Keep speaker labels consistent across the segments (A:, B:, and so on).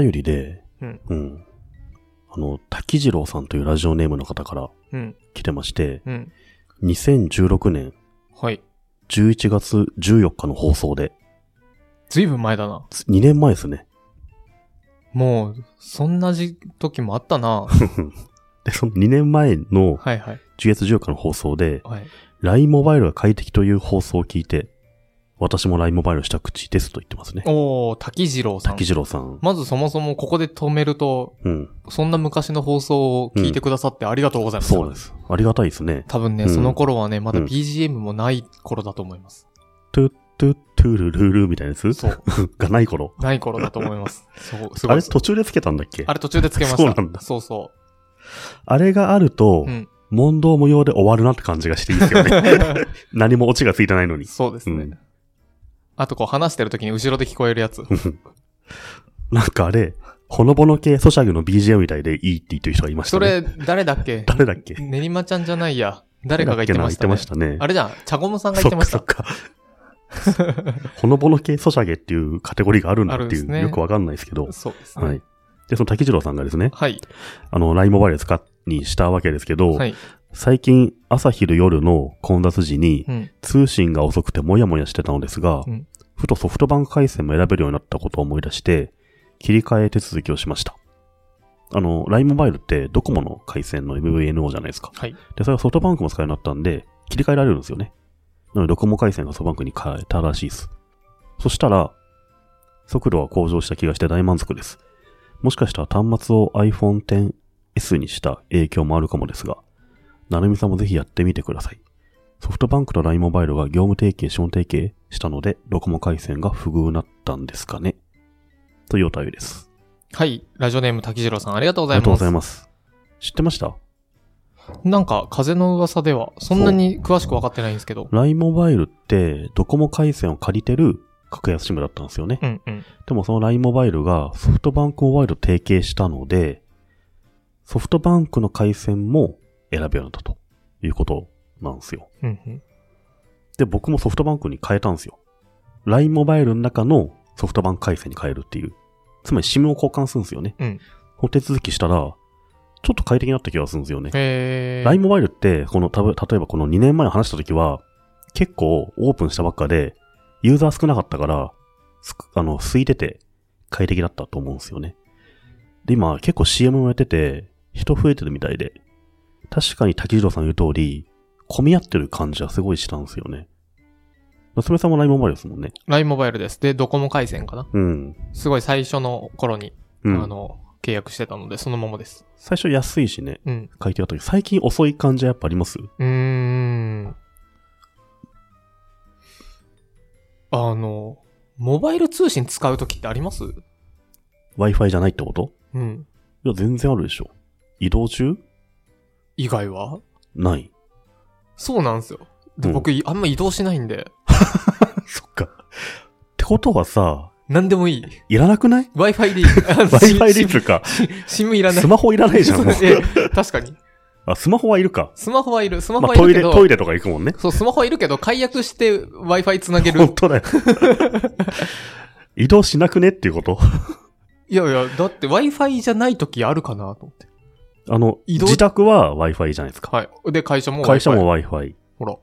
A: 便りで、
B: うん。
A: うん。あの、滝次郎さんというラジオネームの方から
B: うん。
A: 来てまして、
B: うん。
A: 2016年
B: はい。
A: 11月14日の放送で、
B: ずいぶん前だな。
A: 2年前ですね。
B: もう、そんなじ時もあっ たな。
A: で、その2年前の
B: はいはい。
A: 10月14日の放送で、
B: はい。
A: LINE モバイルが快適という放送を聞いて、私も LINE モバイルした口ですと言ってますね。
B: おー、滝次郎さん
A: 滝。次郎さん。
B: まずそもそもここで止めると、
A: うん。
B: そんな昔の放送を聞いてくださってありがとうございます。
A: そうなんです。ありがたいですね。
B: 多分ね、
A: うん
B: その頃はね、まだ
A: うん
B: BGM もない頃だと思います。
A: トゥットゥットゥルルルみたいなやつ
B: そう。
A: がない頃。
B: ない頃だと思います。そう、すご
A: あ
B: い
A: れ。途中でつけたんだっけ
B: あれ途中でつけました。
A: そうなんだ
B: そうそ
A: あれがあると、
B: うん
A: 問答無用で終わるなって感じがしていいですよ ね。
B: う。
A: 何もオチがついてないのに。
B: そうですね。
A: うん
B: あとこう話してる時に後ろで聞こえるやつ。
A: なんかあれ、ほのぼの系ソシャグの BGM みたいでいいって言ってる人がいました
B: そ
A: ね。
B: れ、誰だっけ
A: 誰だっけ
B: 練馬ちゃんじゃな いや。誰かが言ってました
A: 誰だ
B: ね
A: っ。けな言ってましたね。
B: あれじゃん、チャゴムさんが言ってまし
A: そ
B: た
A: っ。かそっか。 ほのぼの系ソシャゲっていうカテゴリーがあるんだって
B: あるんで
A: い
B: す
A: う、
B: ね
A: よくわかんないですけど。
B: そうですね。
A: はい。で、その滝次郎さんがですね、
B: はい。
A: あの、LINE モバイル使っにしたわけですけど、
B: はい。
A: 最近朝昼夜の混雑時に
B: うん。
A: 通信が遅くてもやもやしてたのですが、
B: うん
A: ふとソフトバンク回線も選べるようになったことを思い出して、切り替え手続きをしました。あの、LINE モバイルってドコモの回線の MVNO じゃないですか。
B: はい。
A: で、それがソフトバンクも使えるようになったんで、切り替えられるんですよね。なので、ドコモ回線がソフトバンクに変えたらしいです。そしたら、速度は向上した気がして大満足です。もしかしたら端末を iPhone XS にした影響もあるかもですが、なるみさんもぜひやってみてください。ソフトバンクと LINE モバイルが業務提携、資本提携したので、ドコモ回線が不遇なったんですかね。というお便りです。
B: はい。ラジオネーム滝次郎さん、ありがとうご
A: あ
B: ざ
A: り
B: い
A: がとう
B: ま
A: ご
B: す
A: ざい。ます。知ってました
B: なんか、風の噂では、そんなに詳しく分かってないんですけど。
A: LINE モバイルってドコモ回線を借りてる格安シムだったんですよね。
B: うんうん。
A: でもその LINE モバイルがソフトバンクモバイルと提携したので、ソフトバンクの回線も選べるんだということなんですよ。
B: うんうん。
A: で、僕もソフトバンクに変えたんですよ。LINE モバイルの中のソフトバンク回線に変えるっていう。つまり SIM を交換するんですよね。
B: うん。
A: この手続きしたら、ちょっと快適になった気がするんですよね。
B: えー。
A: LINE モバイルって、この、たぶ例えばこの2年前話した時は、結構オープンしたばっかで、ユーザー少なかったから、すくあの、空いてて快適だったと思うんですよね。で、今結構 CM もやってて、人増えてるみたいで、確かに滝次郎さん言う通り、混み合ってる感じはすごいしたんですよね。夏目さんも LINE モバイルですもんね。
B: LINE モバイルです。で、ドコモ回線かな。
A: うん。
B: すごい最初の頃に、
A: うん。
B: あの、契約してたので、そのままです。
A: 最初安いしね、
B: うん。
A: 快適だったけど、最近遅い感じはやっぱあります
B: うーん。あの、モバイル通信使うときってあります
A: ?Wi-Fi じゃないってこと
B: うん。
A: いや、全然あるでしょ。移動中
B: 以外は
A: ない。
B: そうなんですよ。で
A: うん
B: 僕、いあんま移動しないんで、
A: そっか。ってことはさ、
B: なんでもいい。
A: いらなく ない
B: Wi-Fi でい い。
A: ?Wi-Fi でいいっつうか、
B: SIM いらない
A: ス。マホいらないじゃ
B: 。
A: ん、もう
B: ええ確かに。
A: あ、スマホはいるか。
B: スマホはいる。スマホ
A: まあ、
B: はい
A: ト
B: る
A: イ
B: け
A: レ、
B: ど、
A: トイレとか行くもんね。
B: そう、スマホはいるけど、解約して Wi-Fi つなげる。
A: 本当 だよ。移動しなくねっていうこと
B: いやいや、だって Wi-Fi じゃない時あるかなと思って。
A: あの、
B: 移動
A: 自宅は Wi-Fi じゃないですか。
B: はい。で、会社も Wi-Fi。
A: 会社も Wi-Fi。
B: ほら。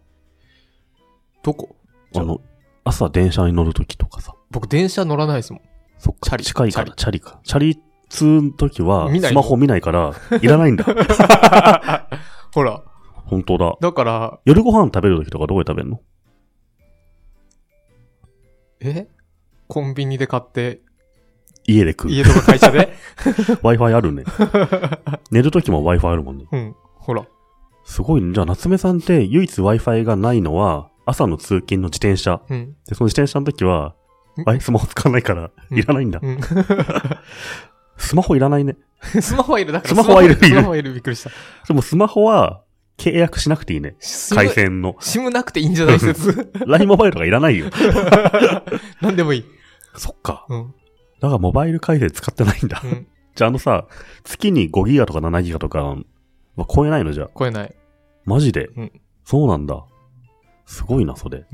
B: どこ
A: あの、朝電車に乗るときとかさ。
B: 僕、電車乗らないですもん。
A: そっ
B: チャ
A: か、
B: リ
A: 近いから、チャリか。チャリ通の時は、
B: 見ない
A: スマホ見ないから、いらないん だ。
B: ほら。
A: 本当だ。
B: だから、
A: 夜ご飯食べるときとかどこで食べるの
B: えコンビニで 買って、
A: 家で食う。
B: 家とか会社で
A: Wi-Fi ある ね。寝るときも Wi-Fi あるもんね。
B: うん。ほら。
A: すごいね。じゃあ、夏目さんって唯一 Wi-Fi がないのは、朝の通勤の自転車。
B: うん。
A: で、その自転車の時は、
B: ん
A: あれスマホ使わないから、
B: ん
A: いらないんだ。
B: うん
A: スマホいらないね。
B: スマホはいる。だから
A: スマホはいる
B: スマホはいる。びっくりした。
A: でもスマホは、契約しなくていいね。回。線 の。
B: シムなくていいんじゃない 説。
A: LINE モバイルとかいら ないよ。
B: なんでもいい。
A: そっか。
B: うん。
A: だからモバイル回線使ってないんだ
B: う。ん。
A: じゃあ、あのさ、月に5ギガとか7ギガとか、まあ、超えないのじゃあ。
B: 超えない。
A: マジで。
B: うん
A: そうなんだ。すごいな、それ。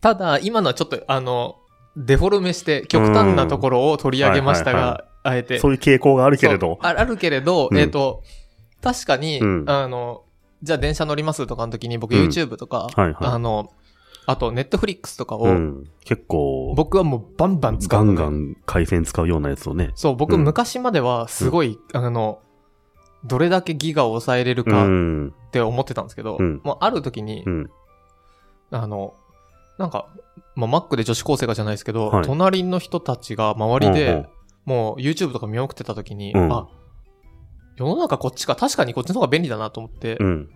B: ただ、今のはちょっと、あの、デフォルメして極端なところを取り上げました
A: うんはいは
B: が、あえて。
A: そういう傾向があるけれど。
B: そうああるけれど、
A: うん
B: えっ、と、確かに、
A: うん
B: あの、じゃあ電車乗りますとかの時に僕
A: うん
B: YouTube とか、
A: はいはい
B: あの、あと Netflix とかを、
A: うん、結構、
B: 僕はもうバンバン使
A: ガ
B: うの
A: ン
B: ね、
A: ガン回線使うようなやつをね。
B: そう、僕
A: うん
B: 昔まではすごい、あの、どれだけギガを抑えれる
A: う
B: かっ
A: ん。
B: て思ってたんですけど、
A: うん
B: もうある時に、
A: うん。
B: あの、なんか、まあ、Mac で女子高生がじゃないですけど、
A: はい
B: 隣の人たちが周りで、
A: うんうん
B: もう YouTube とか見送ってた時に、
A: うん
B: あ、世の中こっちか、確かにこっちの方が便利だなと思って、
A: うん。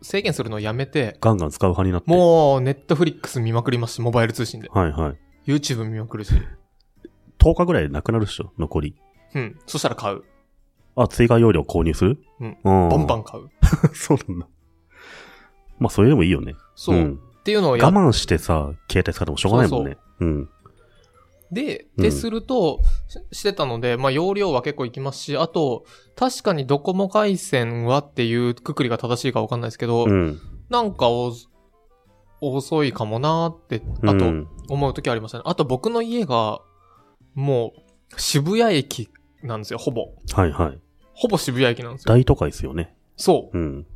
B: 制限するのをやめて、
A: ガンガン使う派になって。
B: もう Netflix 見まくりますし、モバイル通信で。
A: はいはい。
B: YouTube 見まくるし。
A: 10日ぐらいでなくなるっしょ、残り。
B: うん。そしたら買う。
A: あ、追加容量購入する
B: うん。
A: うん。
B: バンバ
A: ン。
B: ン買う。
A: そうなんだ。まあ、それでもいいよね。
B: そう。
A: ん
B: っていうのをや
A: 我
B: っ
A: 慢してさ、携帯使ってもしょうがないもんね。うん。
B: で、
A: うん
B: ですると、ししてたので、まあ、容量は結構いきますし、あと、確かにドコモ回線はっていうくくりが正しいかわかんないですけど、
A: うん。
B: なんかお、遅いかもなーって、あ
A: う
B: と、
A: ん
B: 思う時ありましたね。あと、僕の家が、もう、渋谷駅なんですよ、ほぼ。
A: はいはい。
B: ほぼ渋谷駅なんですよ。
A: 大都会ですよね。
B: そ
A: うん。
B: う。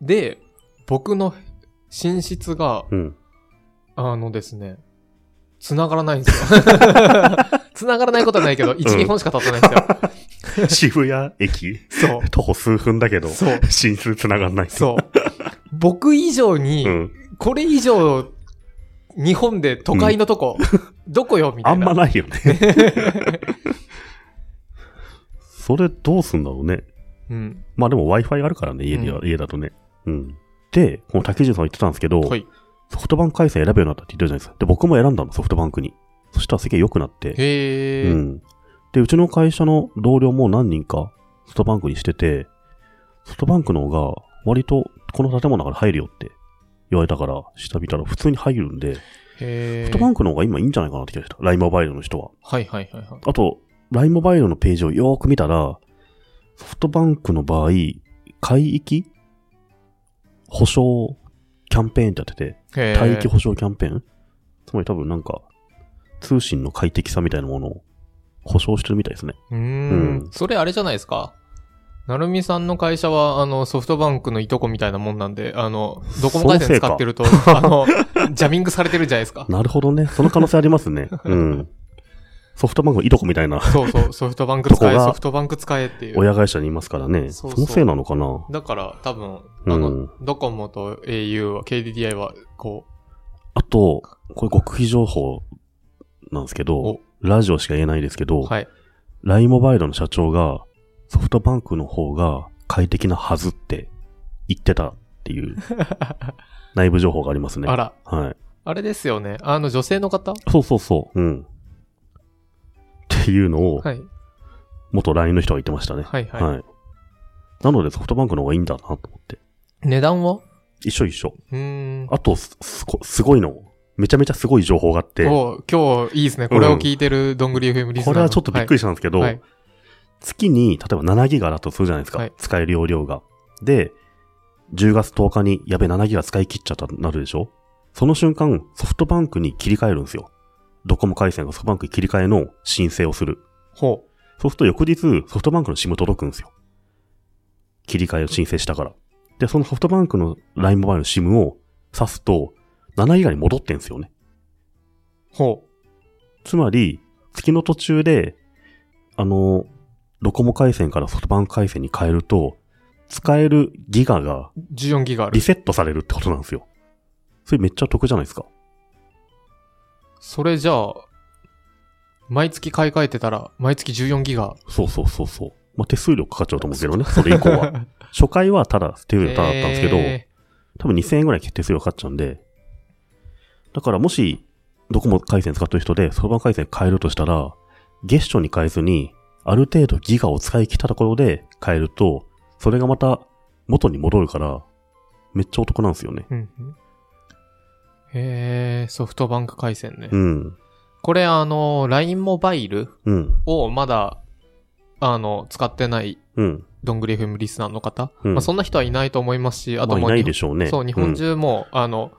B: で、僕の寝室が、
A: うん。
B: あのですね、繋がらないんで すよ。 繋がらないことはないけど、1、
A: うん
B: 2本しか経たないんで すよ。
A: 渋谷駅
B: そう。
A: 徒歩数分だけど、
B: そう。
A: 進出繋がんない。
B: そう。僕以上に、
A: うん。
B: これ以上、日本で都会のとこ、 どこよみた
A: あ
B: い
A: ん
B: な。
A: まないよ ね。それどうすんだろうね。
B: うん。
A: まあでも Wi-Fi あるからね、家には、家だとね。うん。で、この竹内さんが言ってたんですけど、
B: はい。
A: ソフトバンク回線選ぶようになったって言ってるじゃないですか。で、僕も選んだの、ソフトバンクに。そしたらすげえ良くなって。
B: へ
A: う
B: ー。
A: ん。で、うちの会社の同僚も何人かソフトバンクにしてて、ソフトバンクの方が割とこの建物から入るよって言われたから、下見たら普通に入るんで、
B: へ
A: ソ
B: ー。
A: フトバンクの方が今いいんじゃないかなって気がした。LINE モバイルの人は。
B: はいはいはいはい。
A: あと、LINE モバイルのページをよーく見たら、ソフトバンクの場合、海域保証キャンペーンってやってて、
B: へー
A: 帯域保証キャンペーンつまり多分なんか、通信の快適さみたいなものを保証してるみたいですね。
B: うーん
A: う。ん
B: それあれじゃないですか。なるみさんの会社は、あの、ソフトバンクのいとこみたいなもんなんで、あの、ドコモ回線使ってると、あの、ジャミングされてるじゃないですか。
A: なるほどね。その可能性あります ね。うん。ソフトバンクのいとこみたい な
B: そうそう、ソフトバンク使
A: と
B: え、
A: こが
B: ソフトバンク使えっていう。
A: 親会社にいますからね。
B: そ
A: そう
B: そう
A: のせいなのかな
B: だから、多分、あ
A: う
B: の、
A: ん。
B: ドコモと au は、KDDI は、こ
A: あと、これ極秘情報なんですけど
B: お、
A: ラジオしか言えないですけど、
B: う、はい。
A: LINE モバイルの社長が、ソフトバンクの方が快適なはずって言ってたって いう内部情報がありますね。
B: あら、
A: はい。
B: あれですよね。あの、女性の方
A: そうそうそう。うん。っていうのを、
B: はい。
A: 元 LINE の人が言ってましたね。
B: はいはい。
A: はい。なのでソフトバンクの方がいいんだなと思って。
B: 値段は
A: 一緒一緒。
B: うーん。
A: あと、す、すごすごいの。めちゃめちゃすごい情報があって、こ
B: お今日いいですね。これを聞いてるどんぐり FM リスナーの。
A: れはちょっとびっく
B: り
A: りしたんですけど、
B: はい。
A: 月に、例えば7ギガだとするじゃないですか。
B: はい
A: 使える容量が。で、10月10日に、やべ、7ギガ使い切っちゃった、なるでしょその瞬間、ソフトバンクに切り替えるんですよ。ドコモ回線がソフトバンクに切り替えの申請をする。
B: ほう。
A: そうすると翌日、ソフトバンクの SIM 届くんですよ。切り替えを申請したから。で、そのソフトバンクの LINE モバイルの SIM を挿すと、7ギガに戻ってんですよね。
B: ほ
A: つまり、月の途中で、あの、ドコモ回線からソフトバンク回線に変えると、使えるギガが
B: う。14ギガある
A: リ。セットされるってことなんですよ。それめっちゃ得じゃないですか。
B: それじゃあ、毎月買い替えてたら、毎月14ギガ。
A: そうそうそうそう。まあ、手数料かかっちゃうと思うけどね、それ以降は。 初回はただ手数料ただだったんですけど、
B: え
A: 多分2000円ぐらい決定するよかかっちゃうんで、だからもし、ドコモ回線使ってる人で、ソフトバンク回線変えるとしたら、月初に変えずに、ある程度ギガを使い切ったところで変えると、それがまた元に戻るから、めっちゃお得なんですよね。
B: ーうんうんへえ、ソフトバンク回線ね。
A: うん。
B: これあの、LINE モバイル
A: うん。
B: をまだ、あの、使ってない
A: うん。
B: どんぐり FM リスナーの方、
A: うん
B: まあ、そんな人はいないと思いますし、あと
A: まあ、い
B: もう
A: ない
B: 日
A: で
B: 本、
A: しょうね。
B: そう、日本中もう、あの、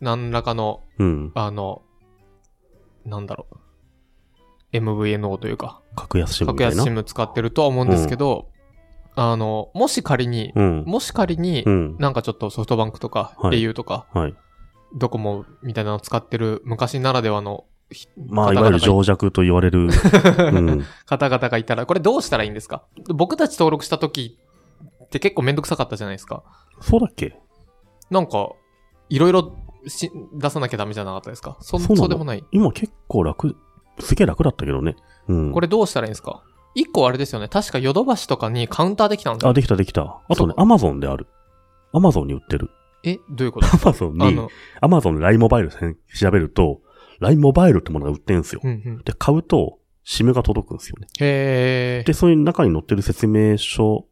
B: 何らかの、
A: うん。
B: あの、なんだろう、MVNO というか、
A: 格安シムみ
B: 格
A: たい
B: 安
A: な
B: シ。ム使ってるとは思うんですけど、あの、もし仮に、
A: うん。
B: もし仮に
A: う、ん。
B: なんかちょっとソフトバンクとか、
A: はい
B: au とか、
A: はい。
B: ドコモみたいなのを使ってる昔ならではのひ
A: まあ、
B: 方
A: いわゆ
B: 々
A: る
B: が
A: 情弱と言われ る。うん。
B: 方々がいたら、これどうしたらいいんですか僕たち登録した時って結構めんどくさかったじゃないですか。
A: そうだっけ
B: なんか、いろいろし出さなきゃダメじゃなかったですか
A: そ
B: そ
A: うなの
B: そうでもない。
A: 今結構楽、すげえ楽だったけどね。うん。
B: これどうしたらいいんですか一個あれですよね。確かヨドバシとかにカウンターできたんですよ
A: あ、できたできた。あとね、
B: そ
A: アマゾンである。アマゾンに売ってる。
B: えどういうこと
A: アマゾン
B: あ
A: に、
B: の、
A: アマゾンで LINE モバイルせん調べると、LINE モバイルってものが売ってんすよ。
B: うんうん。
A: で、買うと、シムが届くんですよね。
B: へー
A: で、そういう中に載ってる説明書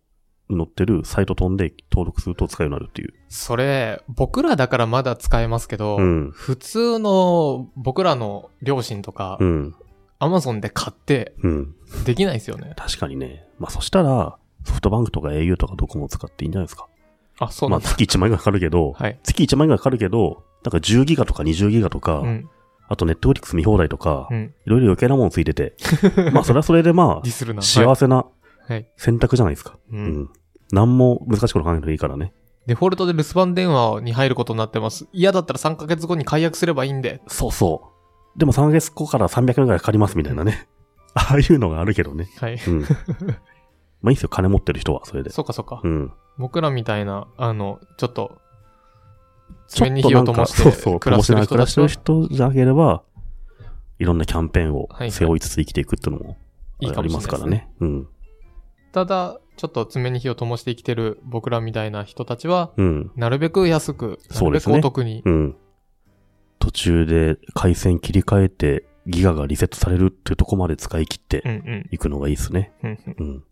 A: に載ってるサイト飛んで登録すると使えるようになるっていう。
B: それ、僕らだからまだ使えますけど、
A: うん。
B: 普通の僕らの両親とか
A: う、ん。
B: アマゾンで買って
A: うん。
B: できないですよね。
A: 確かにね。まあ、そしたら、ソフトバンクとか au とかドコモ使っていいんじゃないですか。
B: あ、そう
A: ま
B: な
A: あ、
B: んだ。
A: 月1万円がかかるけど、
B: はい。
A: 月1万円がかかるけど、なんか10ギガとか20ギガとか、
B: うん。
A: あとネットフリックス見放題とか、
B: うん。
A: いろいろ余計なものついて て、まあ、それはそれでま
B: ディスる
A: あ、
B: な。
A: 幸せな
B: はい
A: 選択じゃないですか。
B: う。
A: うんん。なんも難しいこと考えなくていいからね。
B: デフォルトで留守番電話に入ることになってます。嫌だったら3ヶ月後に解約すればいいんで。
A: そうそう。でも3ヶ月後から300円ぐらいかかりますみたいなね。 ああいうのがあるけどね。
B: はい。
A: うん。まあいいですよ、金持ってる人は、それで。
B: そうかそうか。
A: うん。
B: 僕らみたいな、あの、ちょっと、
A: ちょ
B: 爪
A: っ
B: に
A: と
B: 火
A: な
B: を
A: ん
B: 灯
A: か、
B: して
A: そうそう、
B: 暮らしてる人
A: 暮ら
B: た
A: し
B: ち
A: てる
B: は
A: 人じゃなければ、いろんなキャンペーンを
B: はいはい
A: 背負いつつ生きていくっていうのも
B: いい
A: あ
B: か
A: りま
B: もしれない
A: す
B: で
A: か
B: す
A: ら
B: ね。
A: ね。うん。
B: ただ、ちょっと爪に火を灯して生きてる僕らみたいな人たちは、
A: うん。
B: なるべく安く、な
A: そう
B: る
A: で
B: べ
A: す
B: く
A: ね
B: お得に。
A: うん。途中で回線切り替えて、ギガがリセットされるっていうとこまで使い切って
B: うんうん
A: いくのがいいですね。
B: うんうん。
A: うん。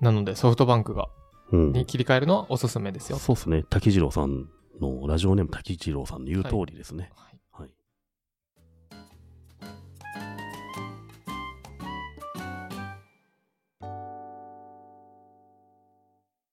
B: なので、ソフトバンクが、
A: うん。
B: に切り替えるのはおすすめですよ。
A: そうですね。滝次郎さんの、ラジオネーム滝次郎さんの言う通りですね。
B: はい